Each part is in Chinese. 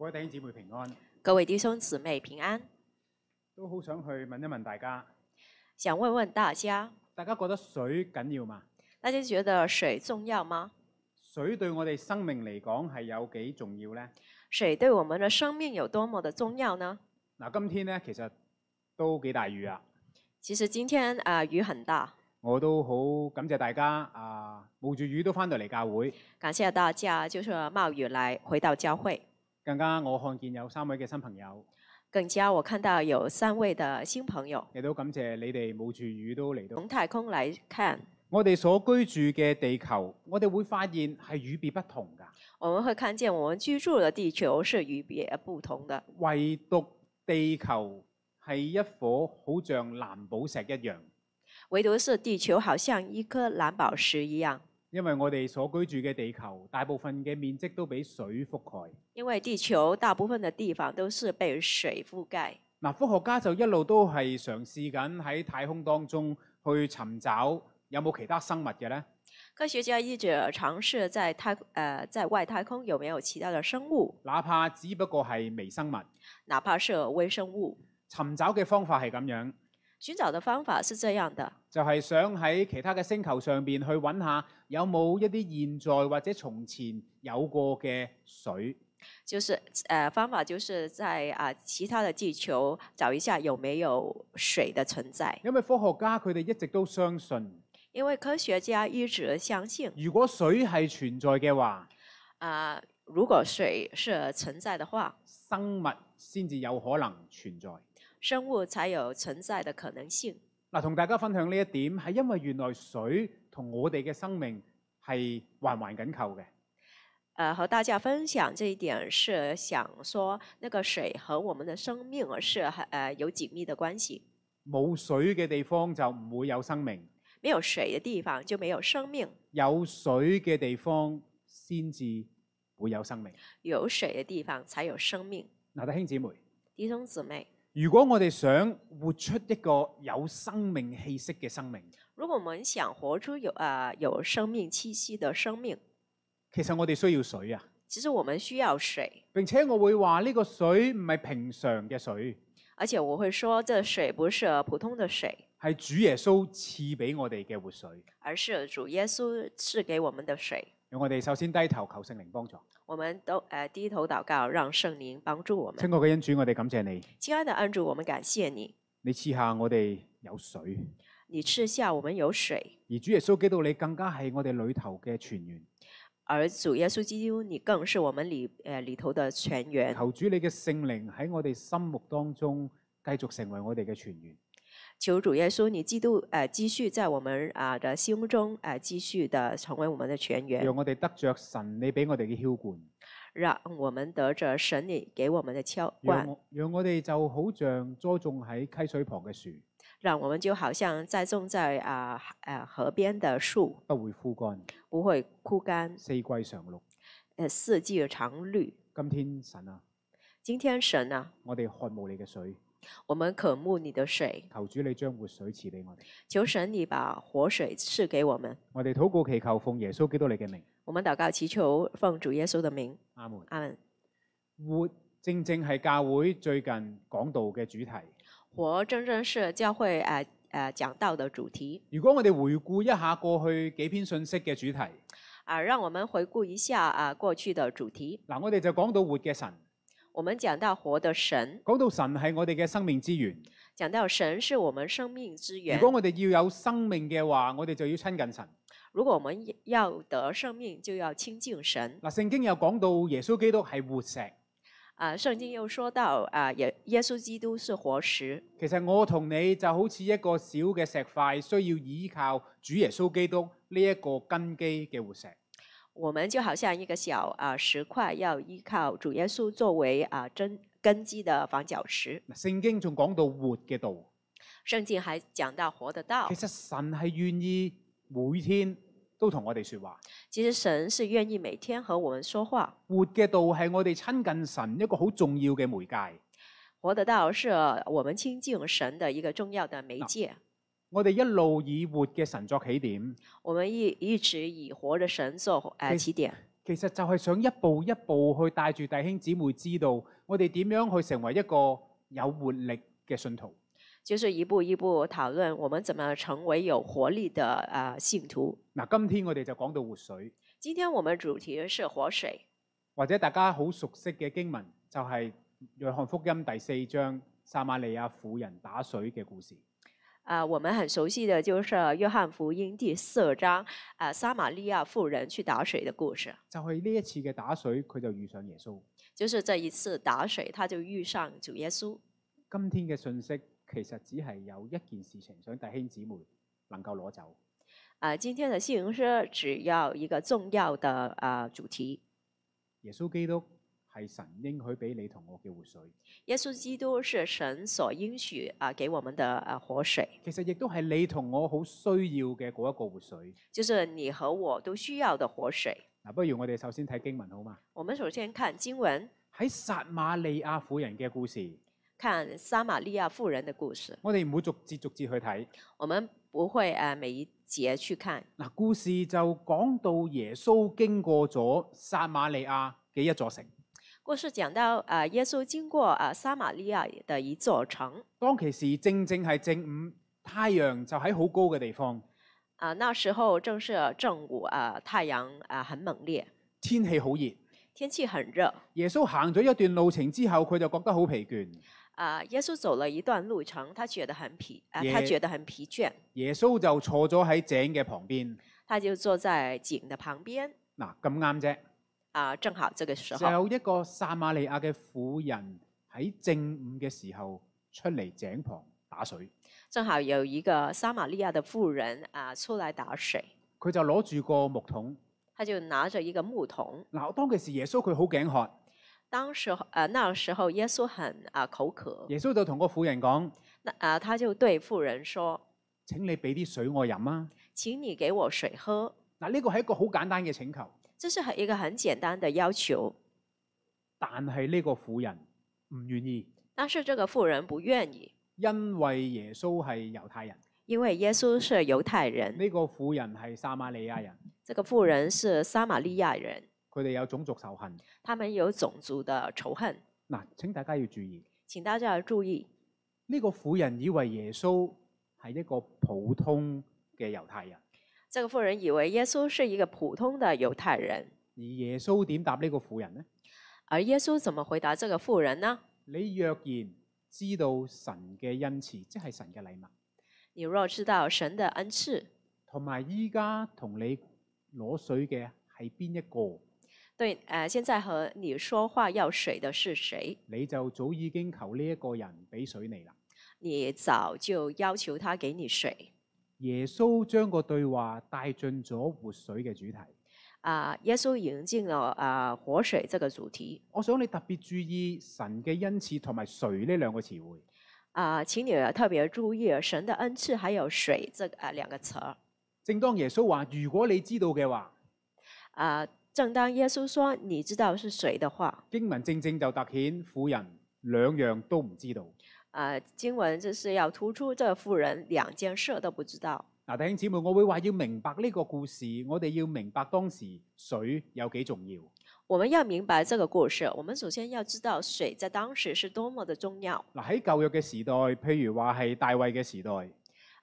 各位弟兄姊妹平安，各位弟兄姊妹平安。都好想去問一問大家，想问问大家，大家覺得水緊要嘛？大家觉得水重要吗？水對我哋生命嚟講係有幾重要呢？水对我们的生命有多么的重要呢？嗱，今天呢，其實都幾大雨啊，其实今天啊、呃雨很大，我都好感謝大家啊，冒住雨都翻到嚟教會，感谢大家就是冒雨来回到教会。更加我看見有三位嘅新朋友，更加我看到有三位的新朋友亦都感謝你哋冒住雨都嚟到。从太空来看，我哋所居住嘅地球，我哋會發現係與別不同㗎，我们会看见我们居住的地球是与别不同的，唯獨地球係一顆好像藍寶石一樣。唯独是地球好像一颗蓝宝石一样，因為我哋所居住嘅地球，大部分嘅面積都俾水覆蓋。因为地球大部分的地方都是被水覆盖。嗱，科學家就一路都係嘗試緊喺太空當中去尋找有冇其他生物嘅呢？科学家一直尝试在太呃在外太空有没有其他的生物，哪怕只不過係微生物，哪怕是微生物。尋找嘅方法係咁樣，寻找的方法是这样的，就係、想喺其他嘅星球上邊去揾下有冇一啲現在或者從前有過嘅水。就是呃方法就是在啊、其他的地球找一下有没有水的存在，因為科學家佢哋一直都相信，因为科学家一直相信如果水係存在嘅話，啊、如果水是存在的话，生物先至有可能存在。生物才有存在的可能性。嗱，同大家分享呢一點係因為原來水同我哋嘅生命係環環緊扣嘅。呃，和大家分享这一点是想说，那个水和我们的生命是很呃有紧密的关系。冇水嘅地方就唔會有生命，没有水的地方就没有生命，有水嘅地方先至會有生命。有水的地方才有生命。嗱，弟兄姊妹，弟兄姊妹，如果我哋想活出一個有生命氣息嘅生命，如果我们想活出有啊、有生命气息的生命，其實我哋需要水啊。其实我们需要水，並且我會話呢個水唔係平常嘅水，而且我会说这水不是普通的水，係主耶穌賜俾我哋嘅活水。而是主耶穌赐给我们的水。讓我哋首先低頭求聖靈幫助。我们都呃低头祷告，让圣灵帮助我親们。愛嘅恩主，我哋感謝你。亲爱的恩主，我们感谢你，你賜下我哋有水，你赐下我们有水，而主耶穌基督你更加係我哋裏頭嘅泉源。而主耶稣基督你更是我们里呃里头的泉源。求主你嘅聖靈喺我哋心目當中繼續成為我哋嘅泉源。求主耶稣，你基督呃继续在我们啊、的心中呃继续的成为我们的泉源讓，我哋得着神你俾我哋嘅轎冠，让我们得着神你给我们的浇讓灌，我讓我哋就好像栽種喺溪水旁嘅樹，让我们就好像栽种在啊呃河边的树，不會枯乾，不会枯干，四季常綠。呃四季常绿。今天神啊，今天神啊，我哋渴慕你嘅水，我们渴慕你的水，求主你將活水賜俾我哋。求神你把活水赐给我们。我哋禱告祈求，奉耶穌基督你嘅名，我们祷告祈求，奉主耶稣的名，阿門。阿门。活正正係教會最近講道嘅主題。活真正是教会呃呃讲道的主题。如果我哋回顧一下過去幾篇信息嘅主題，啊，让我们回顾一下啊过去的主题。嗱，我哋就講到活嘅神，我们讲到活的神，講到神係我哋嘅生命之源。讲到神是我们生命之如源。果我哋要有生命嘅話，我哋就要親近神。如果我们也要得生命，就要亲近神。嗱，聖經又講到耶穌基督係活石。啊，圣经又说到啊，耶耶稣基督是活石。其實我同你就好似一個小嘅石塊，需要依靠主耶穌基督呢一個根基嘅活石。我们就好像一个小啊石块，要依靠主耶稣作为啊根根基的防角石。嗱，聖經仲講到活嘅道。圣经还讲到活的道其，實神係願意每天都同我哋說話。其实神是愿意每天和我们说话。活嘅道係我哋親近神一個好重要嘅媒介。活的道是我们亲近神的一个重要的媒介。我哋一路以活嘅神作起點，我们一一直以活着神做呃非起点。其實就係想一步一步去帶住弟兄姊妹知道，我哋點樣去成為一個有活力嘅信徒。就是一步一步讨论我们怎么成为有活力的呃信徒。嗱，今天我哋就講到活水，今天我们主题是活水，或者大家好熟悉嘅經文就係、約翰福音第四章撒瑪利亞婦人打水嘅故事。啊、我们很熟悉的就是约翰福音第四章啊、撒玛利亚妇人去打水的故事。就係呢一次嘅打水，佢就遇上耶穌。就是这一次打水，他就遇上主耶稣。今天嘅信息其實只係有一件事情想弟兄姊妹能夠攞走，啊、今天的信息只要一个重要的啊、主题，耶穌基督係神應許俾你同我嘅活水，耶稣基督是神所应许啊、给我们的啊、活水，其實亦都係你同我好需要嘅嗰一個活水。就是你和我都需要的活水。嗱，不如我哋首先睇經文好嘛？我们首先看经文，喺撒瑪利亞婦人嘅故事，看撒玛利亚妇人的故事。我哋唔會逐節逐節去睇。我们不会啊、每一节去看，嗱，故事就講到耶穌經過咗撒瑪利亞嘅一座城。故事讲到啊、耶稣经过啊、撒玛利亚的一座城當其時正正係正午，太陽就喺好高嘅地方，啊、那时候正是正午啊、太陽啊、很猛烈，天氣好熱。天气很熱耶穌行咗一段路程之後，佢就覺得好疲倦。啊、耶稣走了一段路程，他觉得很疲啊、耶他觉得很疲倦，耶穌就坐咗喺井嘅旁邊。他就坐在井的旁边嗱，咁啱啫，啊、正好这个时就候有一個撒瑪利亞嘅婦人喺正午嘅時候出嚟井旁打水，正好有一个撒玛利亚的妇人啊、出来打水，佢就攞住個木桶。他就拿着一个木桶。嗱，當其時耶穌佢好頸渴，当时候啊、那时候耶稣很啊、口渴，耶穌就同個婦人講：那啊、他就对妇人说請你俾啲水我飲啊！：“请你给我水喝。嗱，呢個係一個好簡單嘅請求，”这是很一个很简单的要求，但係呢個婦人唔願意，但是这个妇人不愿意，因為耶穌係猶太人，因为耶稣是猶太人，呢、個婦人係撒瑪利亞人。这个妇人是撒玛利亚人。佢哋有種族仇恨。他们有种族的仇恨。嗱，請大家要注意，请大家注意，呢、個婦人以為耶穌係一個普通嘅猶太人，这个妇人以为耶稣是一个普通的犹太人，而耶穌點答呢個婦人呢？而耶稣怎么回答这个妇人呢？你若然知道神嘅恩慈，即係神嘅禮物，你若知道神的恩赐，同埋依家同你攞水嘅係邊一個，对，呃，现在和你说话要水的是谁？你就早已經求呢一個人俾水你啦。你早就要求他给你水耶穌將個對話帶進咗活水嘅主題。啊、耶稣引进了啊、活水这个主题我想你特別注意神嘅恩賜同埋誰呢兩個詞彙。啊、请你特别注意神的恩赐还有水这啊、两个词儿正當耶穌話：如果你知道嘅話，啊、正当耶稣说你知道是谁的话，經文正正就突顯婦人兩樣都唔知道。啊，经文就是要突出这妇人两件事都不知道。嗱，弟兄姊妹，我會話要明白呢個故事，我哋要明白當時水有幾重要。我们要明白这个故事，我们首先要知道水在当时是多么的重要。嗱，喺舊約嘅時代，譬如話係大衛嘅時代，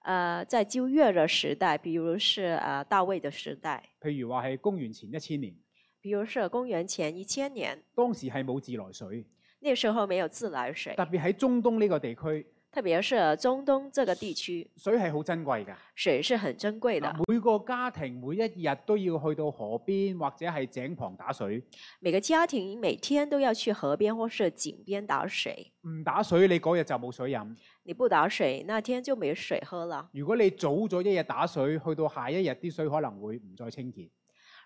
呃，在旧约的时代，比如是呃大卫的时代，譬如話係公元前一千年，比如是公元前一千年，當時係冇自來水，那时候没有自来水特，別喺中東呢個地區，特别是中东这个地区，水係好珍貴㗎。水是很珍贵的嗱。每個家庭每一日都要去到河邊或者係井旁打水，每个家庭每天都要去河边或是井边打水，唔打水你嗰日就冇水飲。你不打水，那天就没水喝了。如果你早咗一日打水，去到下一日啲水可能會唔再清潔。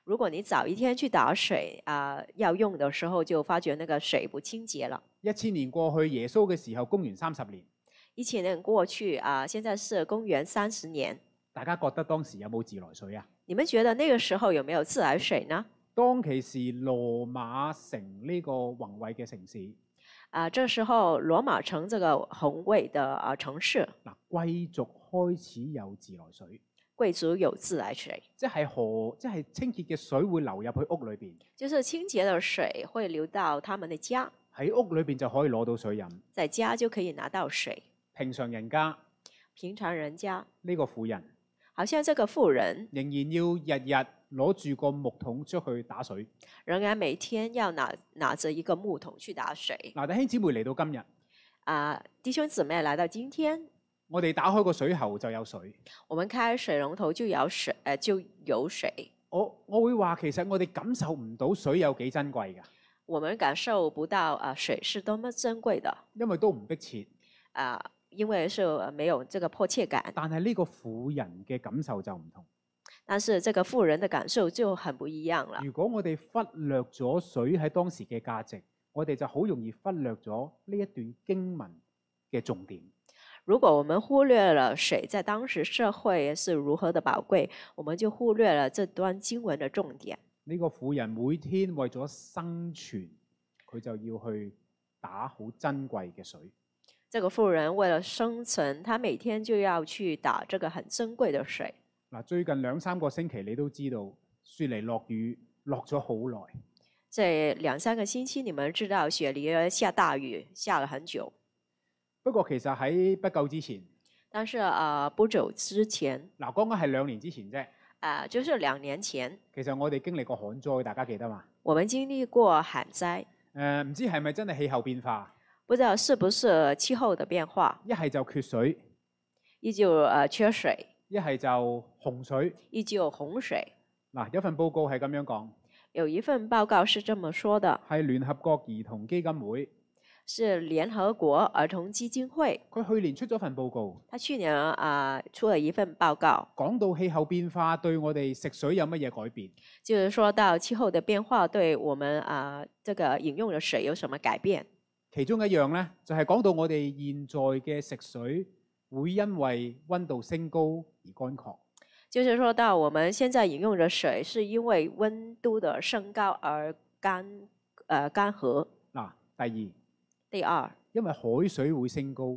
如果你早一天去打水啊、要用的时候就发觉那个水不清洁了。一千年過去，耶穌嘅時候，公元三十年，一千年过去啊、现在是公元三十年，大家覺得當時有冇自來水啊？你们觉得那个时候有没有自来水呢？當其時，羅馬城呢個宏偉嘅城市，啊、这时候罗马城这个宏伟的啊、城市，嗱，貴族開始有自來水，贵族有自来水，即係河，即係清潔嘅水會流入去屋裏邊，就是清洁的水会流到他们的家，喺屋裏邊就可以攞到水飲。在家就可以拿到水。平常人家平常人家呢、個婦人好像这个妇人仍然要日日攞住個木桶出去打水。仍然每天要拿拿着一个木桶去打水嗱，弟兄姊妹嚟到今日，啊！弟兄姊妹来到今天，我哋打開個水喉就有水。我们开水龙头就有水，呃，就有水。我我會話其實我哋感受唔到水有幾珍貴㗎，我们感受不到啊、水是多么珍贵的因為都唔迫切。啊、因为是呃没有这个迫切感。但係呢個婦人嘅感受就唔同。但是这个富人的感受就很不一样了。如果我哋忽略咗水喺當時嘅價值，我哋就好容易忽略咗呢一段經文嘅重點。如果我们忽略了水在当时社会是如何的宝贵，我们就忽略了这段经文的重点。呢、個婦人每天為咗生存，佢就要去打好珍貴嘅水。这个富人为了生存，他每天就要去打这个很珍贵的水。嗱，最近兩三個星期你都知道，雪梨落雨落咗好耐。这两三个星期，你们知道雪梨下大雨，下了很久。不過其實喺不久之前，但是呃，不久之前，嗱講緊係兩年之前啫。啊、就是两年前，其實我哋經歷過旱災，大家記得嘛？我们经历過旱灾，誒、唔知係咪真係氣候變化，不知道是不是气候的变化，一係就缺水，依旧呃缺水，一係就洪水。依旧洪水。嗱，有份報告係咁樣講，有一份报告是这么说的：係聯合國兒童基金會，是联合国儿童基金会，佢去年出咗份報告，他去年啊、出了一份报告，講到氣候變化對我哋食水有乜嘢改變。就是说到气候的变化对我们啊、这个饮用的水有什么改变。其中一樣呢，就係、講到我哋現在嘅食水會因為温度升高而乾涸。就是说到我们现在饮用的水是因为温度的升高而干呃干涸。嗱，第二，第二，因為海水會升高，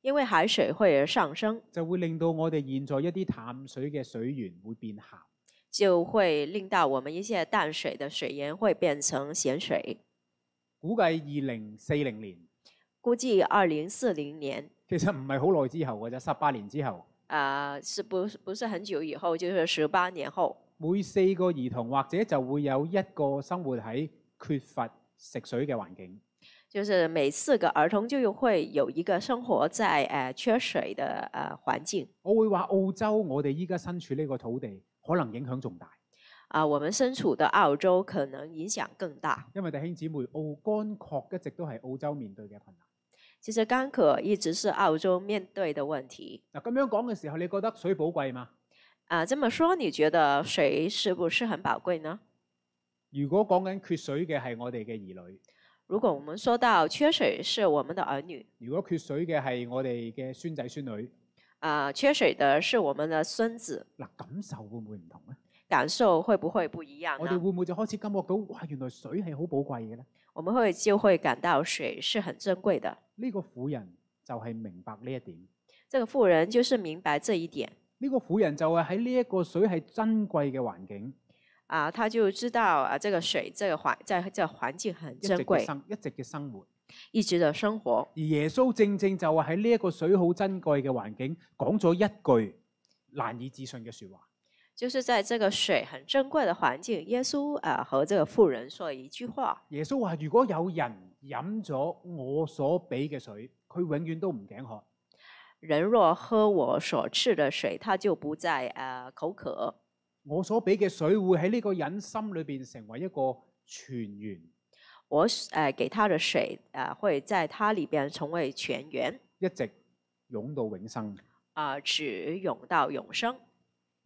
因為海水會上升，就會令到我哋現在一啲淡水嘅水源會變鹹。就會令到我們一些淡水的水源會變成鹹水。估計二零四零年，估計二零四零年，其實唔係好耐之後嘅啫，十八年之後，啊，是不是不是很久以後，就是十八年後，每四個兒童或者就會有一個生活喺缺乏食水嘅環境。就是每四個兒童就會有一個生活在呃缺水的呃環境。我會話澳洲，我哋依家身處呢個土地，可能影響仲大。啊、我們身處的澳洲可能影響更大。因為弟兄姊妹，澳乾確一直都係澳洲面對嘅困難。其實乾渴一直是澳洲面對的問題。嗱咁樣講嘅時候，你覺得水寶貴嘛？啊、這麼說你覺得水是不是很寶貴呢？如果講緊缺水嘅係我哋嘅兒女，如果我們說到缺水是我們的兒女，如果缺水嘅係我哋嘅孫仔孫女，啊、缺水的是我們的孫子，嗱感受會唔會唔同呢？感受會不會不一樣我哋呢？會唔會就開始感覺到，哇！原來水係好寶貴嘅呢？我們會就會感到水是很珍貴的。呢、個婦人就係明白呢一點。这个富人就是明白這一點呢、個婦人就係喺呢一個水係珍貴嘅環境，啊，他就知道啊，這個水、這個環、在這個環境很一珍直嘅貴，生一直嘅生活。一直的生活。而耶穌正正就係喺呢一個水好珍貴嘅環境講咗一句難以置信嘅説話。就是在這個水很珍貴的環境，耶穌啊和這個富人說了一句話耶穌話：如果有人飲咗我所俾嘅水，佢永遠都唔頸渴。：“人若喝我所賜的水，他就不再呃口渴。我所俾嘅水會喺呢個人心裏邊成為一個泉源，我呃給他的水啊、呃会在他里邊成為泉源一直湧到永生。啊、只湧到永生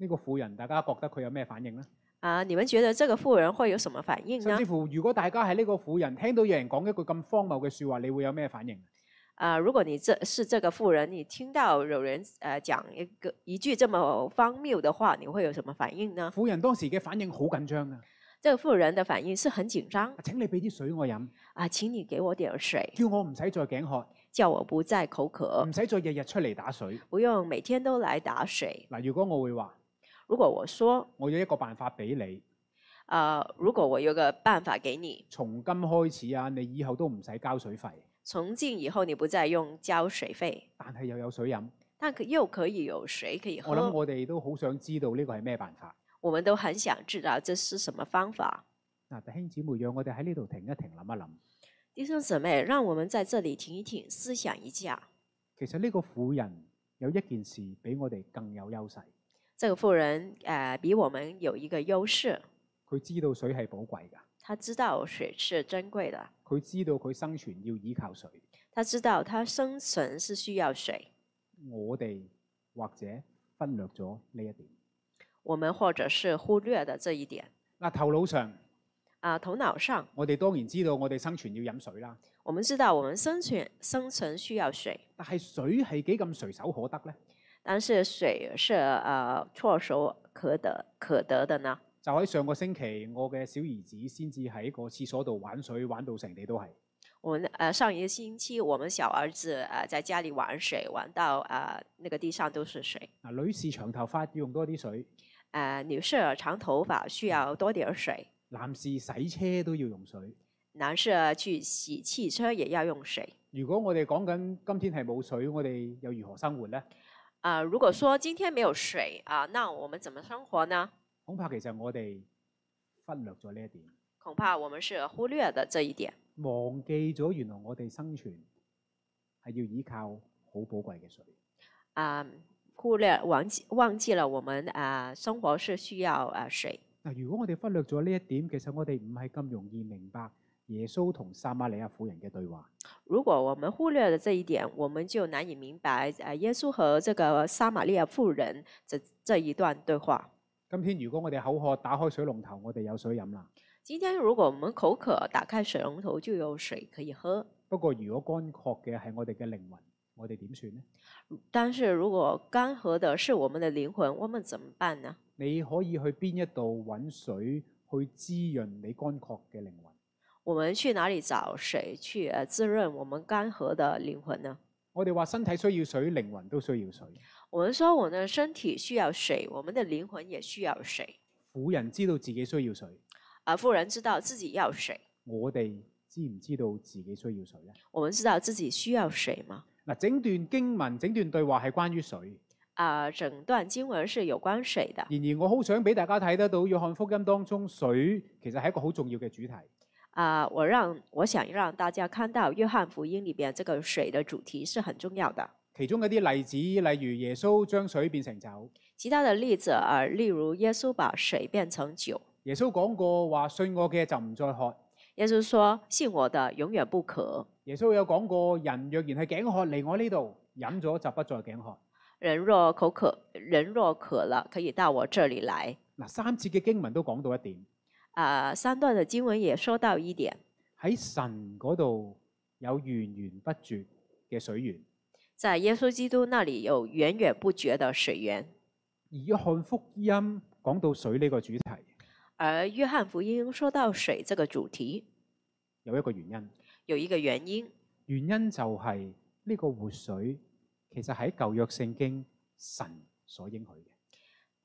呢、個婦人，大家覺得佢有咩反應呢？啊、你們覺得這個富人會有什麼反應甚呢至？乎，如果大家係呢個婦人，聽到有人講一句咁荒謬嘅説話，你會有咩反應？啊、如果你这是这个富人，你听到有人呃讲一个一句这么荒谬的话，你会有什么反应呢？婦人當時嘅反應好緊張㗎。这个富人的反应是很紧张請你俾啲水我飲，啊，请你给我点儿水，叫我唔使再頸渴，叫我不再口渴嗯唔，使再日日出嚟打水。不用每天都来打水。嗱，如果我會話如果我说，我有一個辦法俾你，呃，如果我有个办法给你，從今開始啊，你以後都唔使交水費，从今以后你不再用交水费，但係又有水飲。但可又可以有水可以我諗喝。我哋都好想知道呢個係咩辦法。我们都很想知道这是什么方法。嗱，弟兄姊妹，讓我哋喺呢度停一停，諗一諗。弟兄姊妹，让我们在这里停一停，思想一下。其實呢個婦人有一件事比我哋更有優勢，这个妇人，呃，比我们有一个优势，佢知道水係寶貴㗎，她知道水是珍贵的，佢知道佢生存要依靠水。她知道她生存是需要水。我哋或者忽略咗呢一點。我们或者是忽略的这一点嗱，頭腦上啊、头脑上，我哋當然知道我哋生存要飲水啦，我们知道我们生存生存需要水，但係水係幾咁隨手可得呢？但是水是呃唾手可得可得的呢。就喺上個星期，我嘅小兒子先至喺個廁所度玩水，玩到成地都係。我们呃上一个星期，我们小儿子呃在家里玩水，玩到呃那个地上都是水。嗱，女士長頭髮要用多啲水，呃，女士长头发需要多点儿水，男士洗車都要用水。男士啊去洗汽车也要用水。如果我哋講緊今天係冇水，我哋又如何生活呢？啊、如果说今天没有水啊、那我们怎么生活呢？恐怕其實我哋忽略咗呢一點，恐怕我们是忽略的这一点，忘記咗原來我哋生存係要依靠好寶貴嘅水。啊、忽略忘记忘记了我们啊、生活是需要啊、水。嗱，如果我哋忽略咗呢一點，其實我哋唔係咁容易明白耶穌同撒瑪利亞婦人嘅對話。如果我们忽略了这一点，我们就难以明白啊、耶稣和这个撒玛利亚妇人这这一段对话。今天如果我哋口渴，打開水龍頭，我哋有水飲啦。今天如果我们口渴，打开水龙头就有水可以喝。不過，如果乾涸嘅係我哋嘅靈魂，我哋點算呢？但是如果干涸的是我们的灵魂，我们怎么办呢？你可以去邊一度揾水去滋潤你乾涸嘅靈魂？我们去哪里找水去呃滋润我们干涸的灵魂呢？我哋話身體需要水，靈魂都需要水。我们说，我们的身体需要水，我们的灵魂也需要水。婦人知道自己需要水，而富人知道自己要水，我哋知唔知道自己需要水呢？我们知道自己需要水吗？嗱，整段經文、整段對話係關於水。啊、整段经文是有关水的。然而，我好想俾大家睇得到《約翰福音》當中水其實係一個好重要嘅主題。啊、我让我想让大家看到《约翰福音》里边这个水的主题是很重要的。其中一啲例子，例如耶穌將水變成酒。其他的例子啊、例如耶稣把水变成酒，耶穌講過話：信我嘅就唔再渴。耶稣说：“信我的，永远不渴。耶穌有講過，人若然係頸渴嚟我呢度飲咗就不再頸渴。人若口渴，人若渴了，可以到我这里来。嗱，三節嘅經文都講到一點，啊、三段的经文也说到一点，喺神嗰度有源源不絕嘅水源，在耶稣基督那里有源源不绝的水源。而約翰福音講到水呢個主題，而约翰福音说到水这个主题，有一個原因，有一个原因，原因就係呢個活水其實喺舊約聖經神所應許嘅。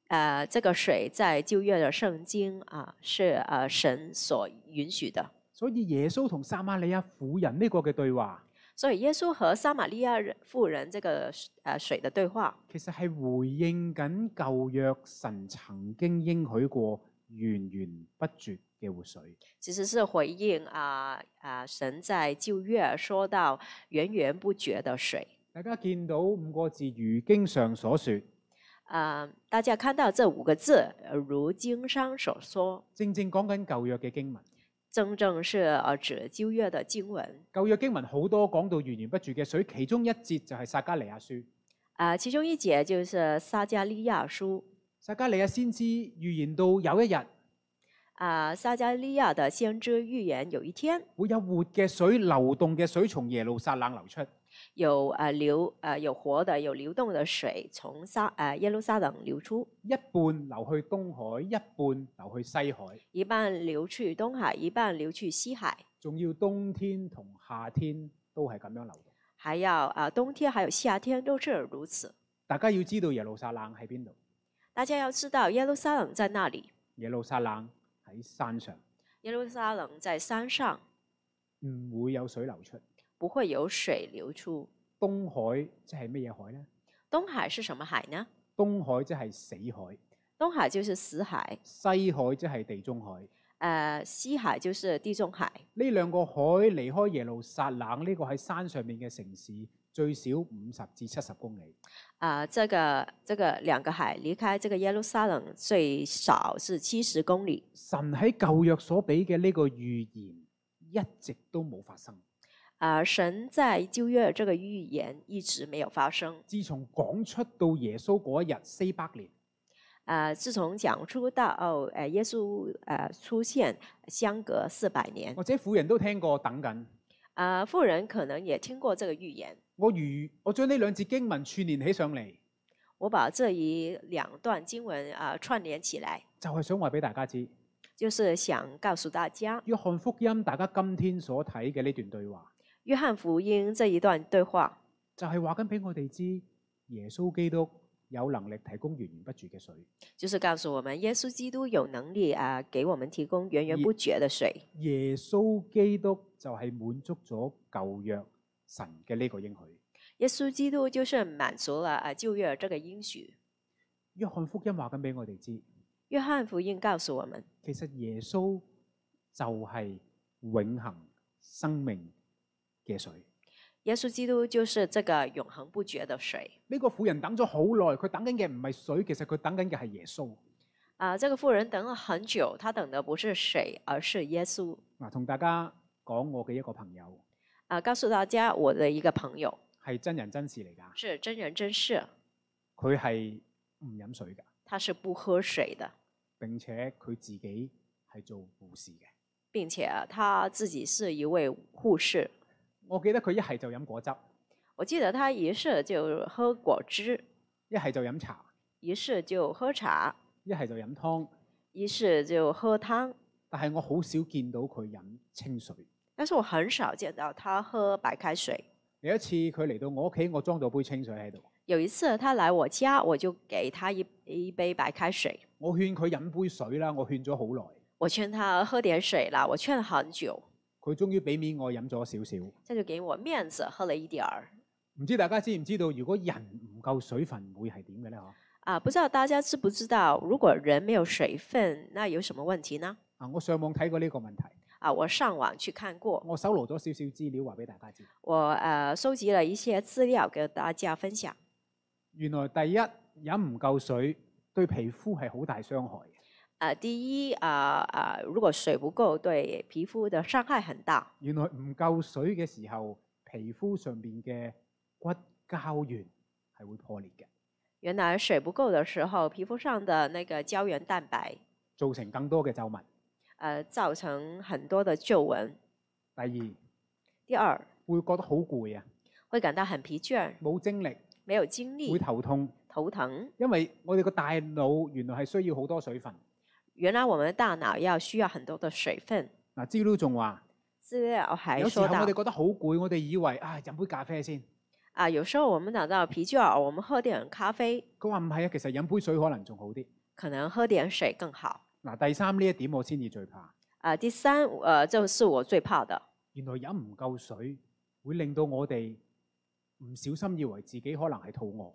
呃，这个水在旧约的圣经啊、是呃神所允许的，所以耶穌同撒瑪利亞婦人呢個嘅對話，所以耶稣和撒玛利亚人妇人这个呃水的对话，其實係回應緊舊約神曾經應許過源源不絕嘅活水。其实是回应啊啊、神在旧约说到源源不绝的水大家見到五個字，如經上所說，啊、大家看到这五个字，呃如经上所说，正正講緊舊約嘅經文。真正是呃指旧约的经文舊約經文好多講到源源不絕嘅水，其中一節就係撒加利亞書。啊、其中一节就是撒加利亚书撒加利亞先知預言到有一日啊、撒加利亚的先知预言有一天會有活嘅水、流動嘅水從耶路撒冷流出。有呃流呃有活的有流动的水从撒呃耶路撒冷流出，一半流去東海，一半流去西海，一半流去东海，一半流去西海。仲要冬天同夏天都係咁樣流動。还呃要啊，冬天还有夏天都是如此。大家要知道耶路撒冷喺邊度？大家要知道，耶路撒冷在那里，耶路撒冷喺山上，耶路撒冷在山上，唔會有水流出。不会有水流出。東海即係乜嘢海呢？东海是什么海呢？東海即係死海，东海就是死海，西海即係地中海。呃，西海就是地中海。呢兩個海離開耶路撒冷呢個喺山上面嘅城市，最少五十至七十公里。啊、这个这个两个海离开这个耶路撒冷最少是七十公里。神喺舊約所俾嘅呢個預言，一直都冇發生。啊、神在旧约这个预言一直没有发生。自從講出到耶穌嗰一日四百年，啊、自从讲出到哦，呃，耶稣呃出现，相隔四百年。或者婦人都聽過等緊。啊、富人可能也听过这个预言。我如我將呢兩節經文串連起上嚟，我把这一两段经文啊、串联起来，就係、想話俾大家知，《就是想告诉大家，《約翰福音》大家今天所睇嘅呢段對話，约翰福音》这一段对话，就係話緊俾我哋知，耶穌基督有能力提供源源不絕嘅水。就是告诉我们，耶稣基督有能力啊、给我们提供源源也不绝的水。耶穌基督就係滿足咗舊約神嘅呢個應許。耶稣基督就是满足了啊、旧约这个应许。約翰福音話緊俾我哋知，约翰福音告诉我们，其實耶穌就係永恆生命嘅水。呢、耶稣基督就是这个永恒不绝的水。個婦人等咗好耐，佢等緊嘅唔係水，其實佢等緊嘅係耶穌。啊、这个妇人等了很久，她等的不是水，而是耶稣。嗱，同大家講我嘅一個朋友啊、告诉大家，我的一个朋友係真人真事嚟㗎，是真人真事，佢係唔飲水㗎，他是不喝水的，並且佢自己係做護士嘅。并且啊他自己是一位护士。我記得佢一係就飲果汁，我记得他一是就喝果汁，一係就飲茶，一是就喝茶，一係就飲湯。一是就喝汤。但係我好少見到佢飲清水。但是我很少见到他喝白开水。有一次佢嚟到我屋企，我裝咗杯清水喺度，有一次他来我家，我就给他一一杯白开水。我勸佢飲杯水啦，我勸咗好耐，我劝他喝点水啦，我劝了很久，佢終於俾面我飲咗少少。唔他就给我面子喝了一点儿。知大家知唔知道，如果人唔夠水分會係點嘅呢？嗬？啊，不知道大家知不知道，如果人没有水分，那有什么问题呢？啊，我上網睇過呢個問題，啊，我上网去看过，我搜羅咗少少資料話俾大家知。我呃收集了一些资料跟大家分享。原來第一飲唔夠水對皮膚係好大傷害嘅。啊，第一啊啊、如果水不够，对皮肤的伤害很大。原來唔夠水嘅時候，皮膚上邊嘅骨膠原係會破裂嘅，原来水不够的时候，皮肤上的那个胶原蛋白，造成更多嘅皺紋。呃，造成很多的皱纹。第二第二，會覺得好攰啊，会感到很疲倦，冇精力，没有精會力，頭痛，头疼。因為我哋個大腦原來係需要好多水分。原来我们的大脑要需要很多的水分。嗱，資料仲話，资料还有時候说我到哋覺得好攰，我哋以為啊飲杯咖啡先。啊，有时候我们感到疲倦儿，我们喝点咖啡，佢話唔係啊，其實飲杯水可能仲好啲。可能喝点水更好。嗱，第三呢一點我先至最怕，啊，第三，呃，就是我最怕的，原來飲唔夠水會令到我哋唔小心以為自己可能係肚餓，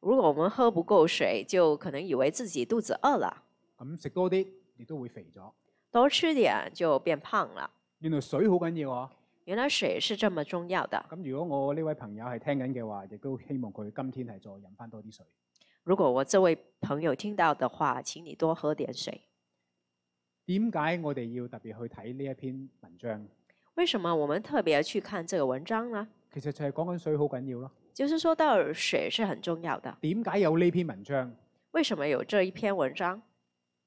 如果我们喝不够水，就可能以为自己肚子饿了，咁食多啲亦都會肥咗。多吃点就变胖了。原來水好緊要啊！原来水是这么重要的。咁如果我呢位朋友係聽緊嘅話，亦都希望佢今天係再飲翻多啲水。如果我这位朋友听到的话，请你多喝点水。點解我哋要特別去睇呢一篇文章？为什么我们特别去看这个文章呢？其實就係講緊水好緊要咯。就是说到水是很重要的。點解有呢篇文章？为什么有这一篇文章？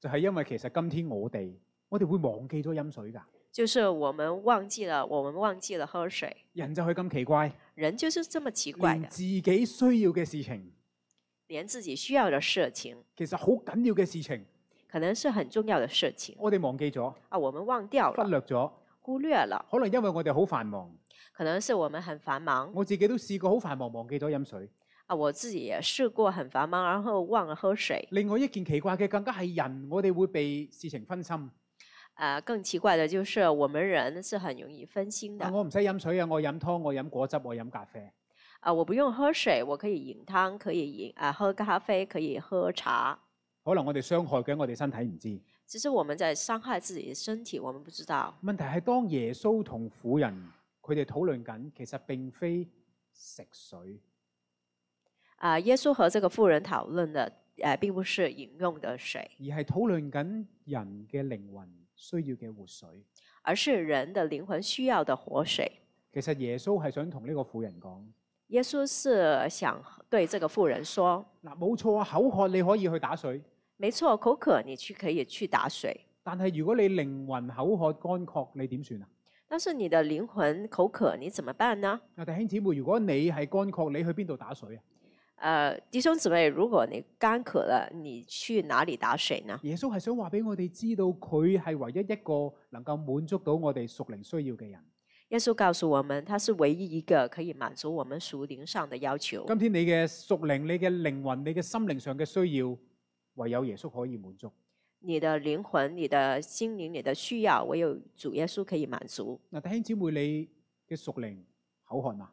就係、因為其實今天我哋，我哋會忘記咗飲水㗎。就是我们忘记了，我们忘记了喝水。人就係咁奇怪，人就是这么奇怪連的，自己需要嘅事情，连自己需要的事情，其實好緊要嘅事情，可能是很重要的事情我哋忘記咗、啊，我们忘掉忽了、略咗。忽略了，可能因為我哋好繁忙，可能是我们很繁忙我自己都試過好繁忙，忘記咗飲水。啊，我自己也试过很繁忙，然后忘了喝水。另外一件奇怪嘅更加係人，我哋會被事情分心。啊，更奇怪的就是我们人是很容易分心啊的。我唔使飲水啊，我飲湯，我飲果汁，我飲咖啡。啊，我不用喝水，我可以饮汤，可以饮啊喝咖啡，可以喝茶。可能我哋傷害緊我哋身體唔知。只是我们在傷害自己的身體，我們不知道。問題係當耶穌同婦人佢哋討論緊，其實並非食水，啊，耶穌和这个婦人討論的，呃，并不是饮用的水，而係討論緊人嘅靈魂需要嘅活水。而是人的靈魂需要的活水。其實耶穌係想同呢個婦人講：耶穌是想对這個婦人說：嗱，冇錯啊，口渴你可以去打水，沒錯，口渴你去可以去打水，但係如果你靈魂口渴乾涸，你點算啊？但是你的靈魂口渴，你怎麼辦呢？啊，弟兄姊妹，如果你係乾涸，你去邊度打水啊？呃，弟兄姊妹，如果你干渴了，你去哪裡打水呢？耶穌係想話俾我哋知道，佢係唯一一個能夠滿足到我哋屬靈需要嘅人。耶穌告訴我們，他是唯一一個可以滿足我們屬靈上的要求。今天你嘅屬靈、你嘅靈魂、你嘅心靈上嘅需要，唯有耶穌可以滿足。你的靈魂、你的心靈、你的需要，唯有主耶穌可以滿足。嗱，弟兄姊妹，你嘅屬靈口渴嘛？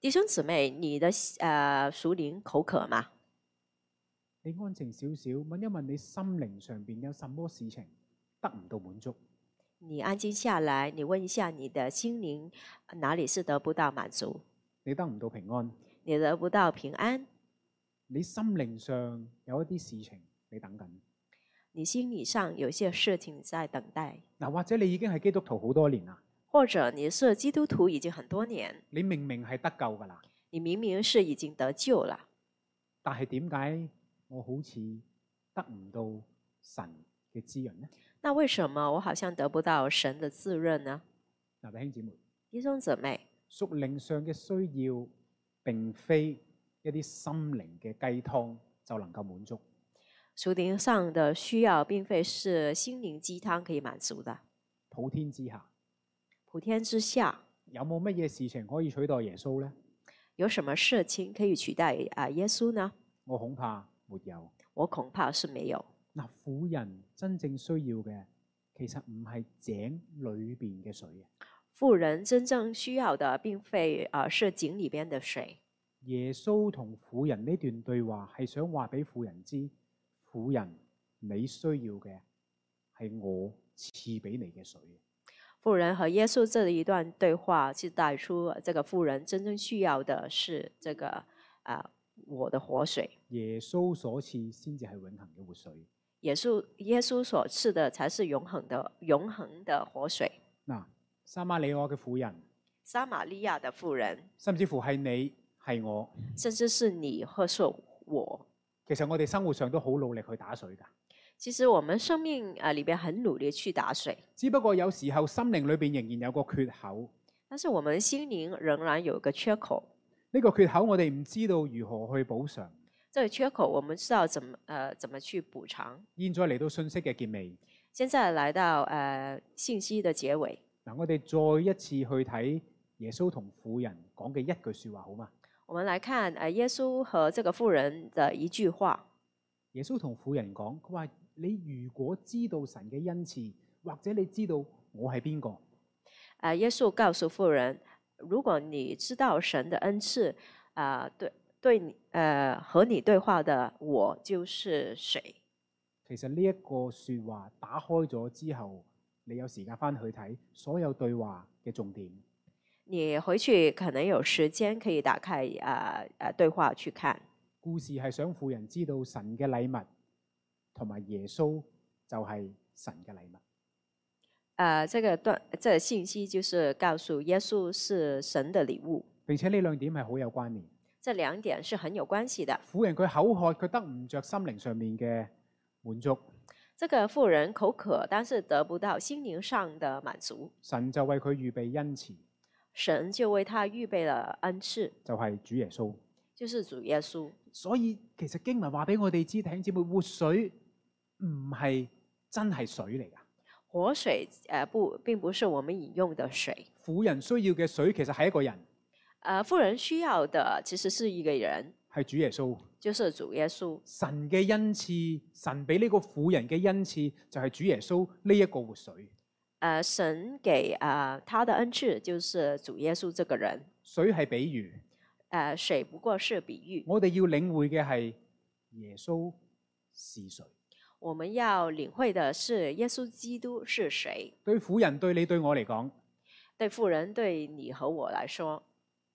弟兄姊妹，你的呃屬靈口渴嗎？你安靜少少，問一問你心靈上邊有什麼事情得唔到滿足？你安靜下來，你問一下你的心靈哪裡是得不到滿足，你得唔到平安？你得不到平安，你心靈上有一啲事情你等緊你心理上有些事情在等待，嗱，或者你已經係基督徒好多年啦，或者你是基督徒已經很多年，你明明係得救㗎啦，你明明是已經得救了，但係點解我好似得唔到神嘅滋潤呢？那為什麼我好像得不到神的滋潤呢？嗱，弟兄姊妹。弟兄姊妹，屬靈上嘅需要並非一啲心靈嘅雞湯就能夠滿足。屬靈上的需要並非是心靈雞湯可以滿足的。普天之下普天之下，有冇乜嘢事情可以取代耶穌呢？有什麼事情可以取代啊耶穌呢？我恐怕沒有。我恐怕是沒有。嗱，婦人真正需要嘅其實唔係井裏邊嘅水啊。富人真正需要的，並非啊、呃是井裡邊的水。耶穌同婦人呢段對話係想話俾婦人知，婦人你需要嘅係我賜俾你嘅水。啊富人和耶穌這一段對話，是帶出這個富人真正需要的是這個啊、我的活水。耶穌所賜先至係永恆嘅活水。耶穌耶穌所賜的才是永恆的永恆的活水。嗱，撒瑪利亞嘅婦人，撒瑪利亞的富人，甚至乎係你係我，甚至是你或是我，其實我哋生活上都好努力去打水㗎。其實我們生命啊裡邊很努力去打水，只不過有時候心靈裏邊仍然有個缺口，但是我們心靈仍然有個缺口。呢、個缺口我哋唔知道如何去補償。這個缺口我們知道怎麼呃怎麼去補償。現在嚟到信息嘅結尾，現在來到呃信息的結尾，嗱，我哋再一次去睇耶穌同婦人講嘅一句説話，好嘛？我們來看呃耶穌和這個婦人的一句話。耶穌同婦人講，佢話：你如果知道神嘅恩賜，或者你知道我係邊個，呃，耶穌告訴婦人，如果你知道神的恩賜，啊、对对你呃和你對話的我就是誰。其實呢一個説話打開咗之後，你有時間翻去睇所有對話嘅重點。你回去可能有時間可以打開啊啊、對話去看。故事係想婦人知道神嘅禮物，同埋耶穌就係神嘅禮物。呃，這個段這個信息就是告訴耶穌是神的禮物，並且呢兩點係好有關聯。這兩點是很有關係的。婦人佢口渴，佢得唔着心靈上面嘅滿足，這個婦人口渴，但是得不到心靈上的滿足，神就為佢預備恩慈，神就為他預備了恩賜，就係、主耶穌。就是主耶穌。所以其實經文話俾我哋知，弟兄姊妹，活水唔係真係水嚟㗎。活水，呃，不，並不是我們飲用的水。婦人需要嘅水其實係一個人。呃，富人需要的其實是一個人，係主耶穌。就是主耶穌。神嘅恩賜，神俾呢個婦人嘅恩賜就係主耶穌呢一個活水。呃，神給啊、呃他的恩賜就是主耶穌這個人。水係比喻，呃，水不過是比喻，我哋要領會嘅係耶穌是誰。我們要領會的是耶穌基督是誰。對婦人對你對我嚟講，對富人、對你和我來說，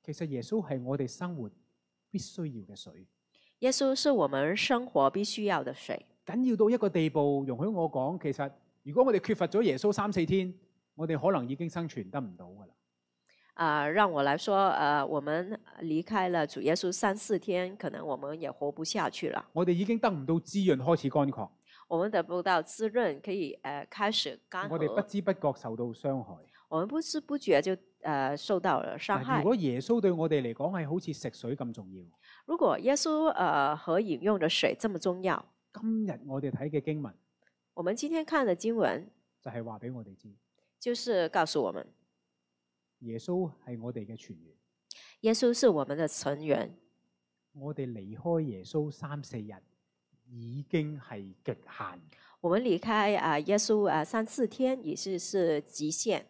其實耶穌係我哋生活必須要嘅水。耶穌是我們生活必須要的水。緊要到一個地步，容許我講，其實如果我哋缺乏咗耶穌三四天，我哋可能已經生存得唔到㗎啦。啊、讓我來說，呃，我們離開了主耶穌三四天，可能我們也活不下去了。我哋已經得唔到滋潤，開始乾涸，我們得不到滋潤，可以呃開始乾我哋不涸。知不覺受到傷害。我們不知不覺就呃受到了傷嗱，害如。果耶穌對我哋嚟講係好似食水咁重要，如果耶穌呃和飲用的水這麼重要，今日我哋睇嘅經文我們今天看的經文就係話俾我哋知，就是告訴我們，耶穌係我哋嘅泉源。耶穌是我們的成員。我哋離開耶穌三四日已經係極限。我們離開啊耶穌啊三四天也是是極限。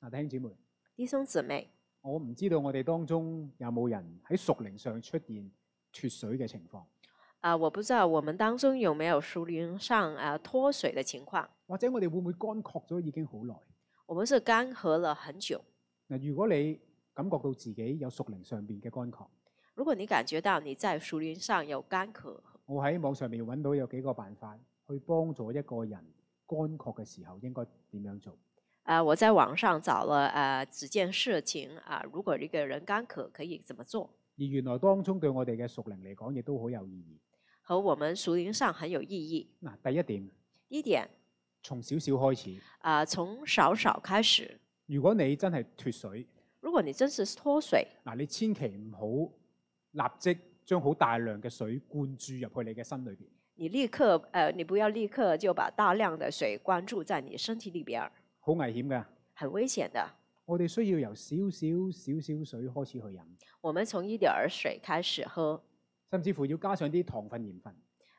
嗱，弟兄姊妹，弟兄姊妹，我唔知道我哋當中有冇人喺屬靈上出現脱水嘅情況，啊，我不知道我們當中有沒有熟齡上啊脱水的情況。或者我哋會唔會乾涸咗已經好耐？我們是干涸了很久。嗱，如果你感覺到自己有屬靈上邊嘅乾涸，如果你感覺到你在熟齡上有干涸，我喺網上面揾到有幾個辦法去幫助一個人乾涸嘅時候應該點樣做。啊，我在網上找了啊幾件事情啊，如果一個人干渴可以怎麼做，而原來當中對我哋嘅屬靈嚟講，亦都好有意和我們熟齡上很有意義。義。嗱，第一點，第一點從少少開始。啊，從少少開始。如果你真係脱水，如果你真是脱水，嗱，你千祈唔好立即將好大量嘅水灌注入去你嘅身裏邊。你立刻呃，你不要立刻就把大量的水灌注在你身體里邊，好危險㗎。很危險的。我哋需要由少少少少水開始去飲，我們從一點兒水開始喝，甚至乎要加上啲糖分、鹽分，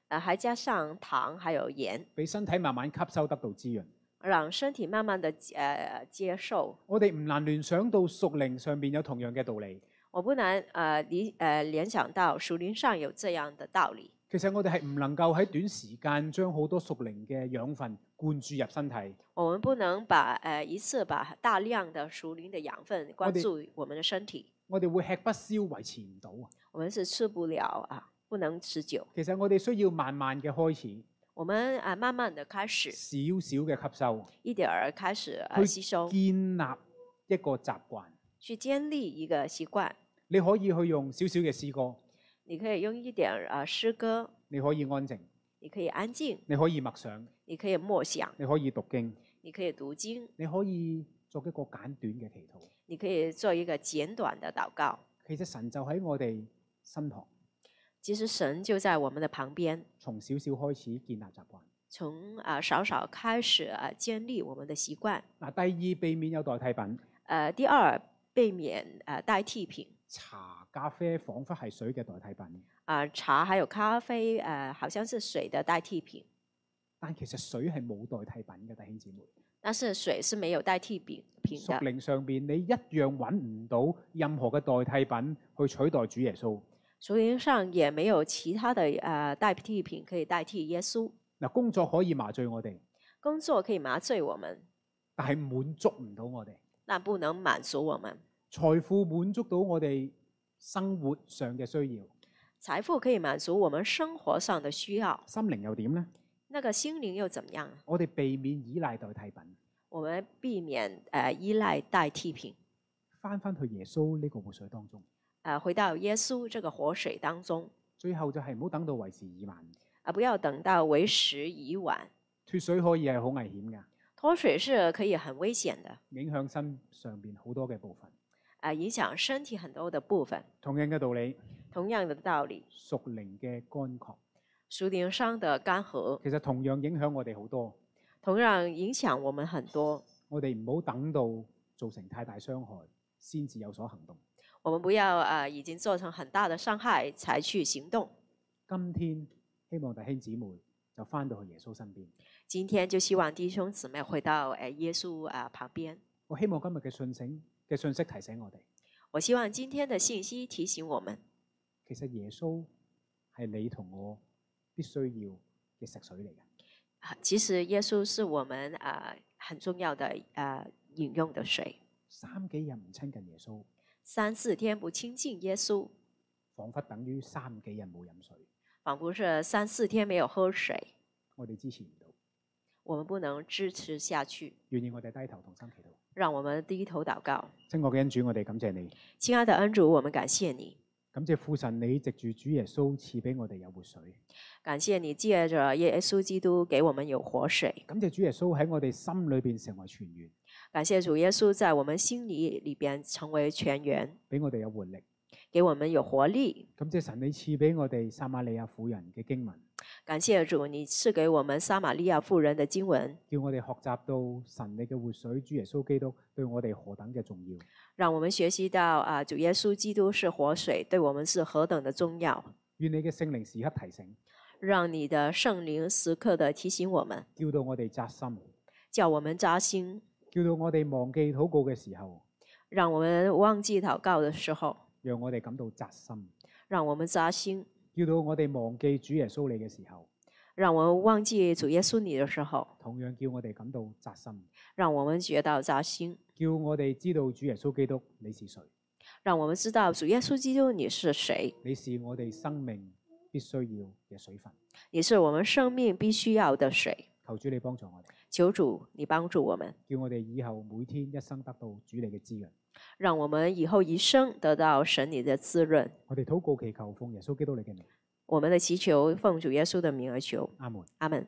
呃，還加上糖還有鹽，俾身體慢慢吸收得到滋潤。讓身體慢慢的呃接受。我哋唔難聯想到屬靈上邊有同樣嘅道理。我不难呃理呃联想到熟齡上有這樣的道理。其實我哋係唔能夠喺短時間將好多屬靈嘅養分灌注入身體。我们不能把呃一次把大量的熟齡的养分灌哋注我们的身体，我哋會吃不消，維持唔到啊！我们是吃不了啊，不能持久。其實我哋需要慢慢嘅開始，我们啊慢慢的开始，少少嘅吸收，一点儿开始呃去吸收，建立一個習慣。去建立一个习惯。你可以去用少少嘅詩歌，你可以用一点儿呃诗歌，你可以安靜，你可以安静，你可以默想，你可以默想，你可以讀經，你可以读经，你可以作一個簡短嘅祈禱。你可以做一个简短的祷告。其實神就喺我哋身旁，其实神就在我们的旁边，從少少開始建立習慣。从啊少少开始啊建立我们的习惯。嗱，第二避免有代替品，呃，第二，避免呃代替品茶、咖啡彷彿係水嘅代替品，啊、茶还有咖啡呃好像是水的代替品，但其實水係冇代替品嘅，弟兄姊妹。但是水是没有代替品品屬的。靈上邊你一樣揾唔到任何嘅代替品去取代主耶穌。熟灵上也没有其他的呃代替品可以代替耶稣。嗱，工作可以麻醉我哋，工作可以麻醉我们，但係滿足唔到我哋。但不能满足我們。財富滿足到我哋生活上嘅需要，财富可以满足我们生活上的需要，心靈又點呢？那个心灵又怎么样？我哋避免依賴代替品，我们避免呃依赖代替品，翻返去耶穌呢個活水當中。呃回到耶稣这个活水当中。最後就係唔好等到為時已晚，啊，不要等到为时已晚。脱水可以係好危險㗎，脱水是可以很危险的，影響身上邊好多嘅部分。啊，影響身體很多的部分。同樣嘅道理，同樣的道理，屬靈嘅乾涸熟齡上的干涸其實同樣影響我哋好多。同樣影響我們很多。我哋唔好等到造成太大傷害先至有所行動。我们不要啊、呃已经造成很大的伤害才去行动。今天希望弟兄姊妹就翻到去耶穌身邊。今天就希望弟兄姊妹回到诶耶稣啊、旁边。我希望今日嘅信醒嘅信息提醒我哋，我希望今天的信息提醒我们，其實耶穌係你同我必須要嘅食水嚟嘅。啊其实耶穌是我们啊、很重要的啊、饮用的水。三幾日唔親近耶穌，三四天不亲近耶穌，彷彿等於三幾日冇飲水，仿佛是三四天没有喝水，我哋支持唔到。我们不能支持下去。願意我哋低頭同心祈禱。让我们低头祷告，親愛嘅恩主，我哋感謝你，亲爱的恩主，我们感谢你，感謝父神，你藉住主耶穌賜俾我哋有活水，感谢你借着耶稣基督给我们有活水，感謝主耶穌喺我哋心裏邊成為泉源，感谢主耶稣在我们心里里边成为泉源，俾我哋有活力。给我们有活力。感謝神，你賜俾我哋撒瑪利亞婦人嘅經文，感谢主，你赐给我们撒玛利亚妇人的经文，叫我哋學習到神你嘅活水，主耶穌基督對我哋何等嘅重要。让我们学习到啊，主耶稣基督是活水，对我们是何等的重要。願你嘅聖靈時刻提醒，让你的圣灵时刻的提醒我们，叫到我哋扎心，叫我们扎心，叫到我哋忘記禱告嘅時候，让我们忘记祷告的时候，讓我哋感到扎心；让我们扎心，叫到我哋忘記主耶穌你嘅時候，让我们忘记主耶稣你的时候，同樣叫我哋感到扎心。让我们觉到扎心，叫我哋知道主耶穌基督你是誰，让我们知道主耶稣基督你是谁，你是我哋生命必須要嘅水分。你是我们生命必须要的水。求主你幫助我哋，求主你帮助我们，叫我哋以後每天一生得到主你嘅滋潤。让我们以后一生得到神你的滋润。我哋禱告祈求，奉耶穌基督你嘅名，我们的祈求奉主耶稣的名而求，阿門。阿门。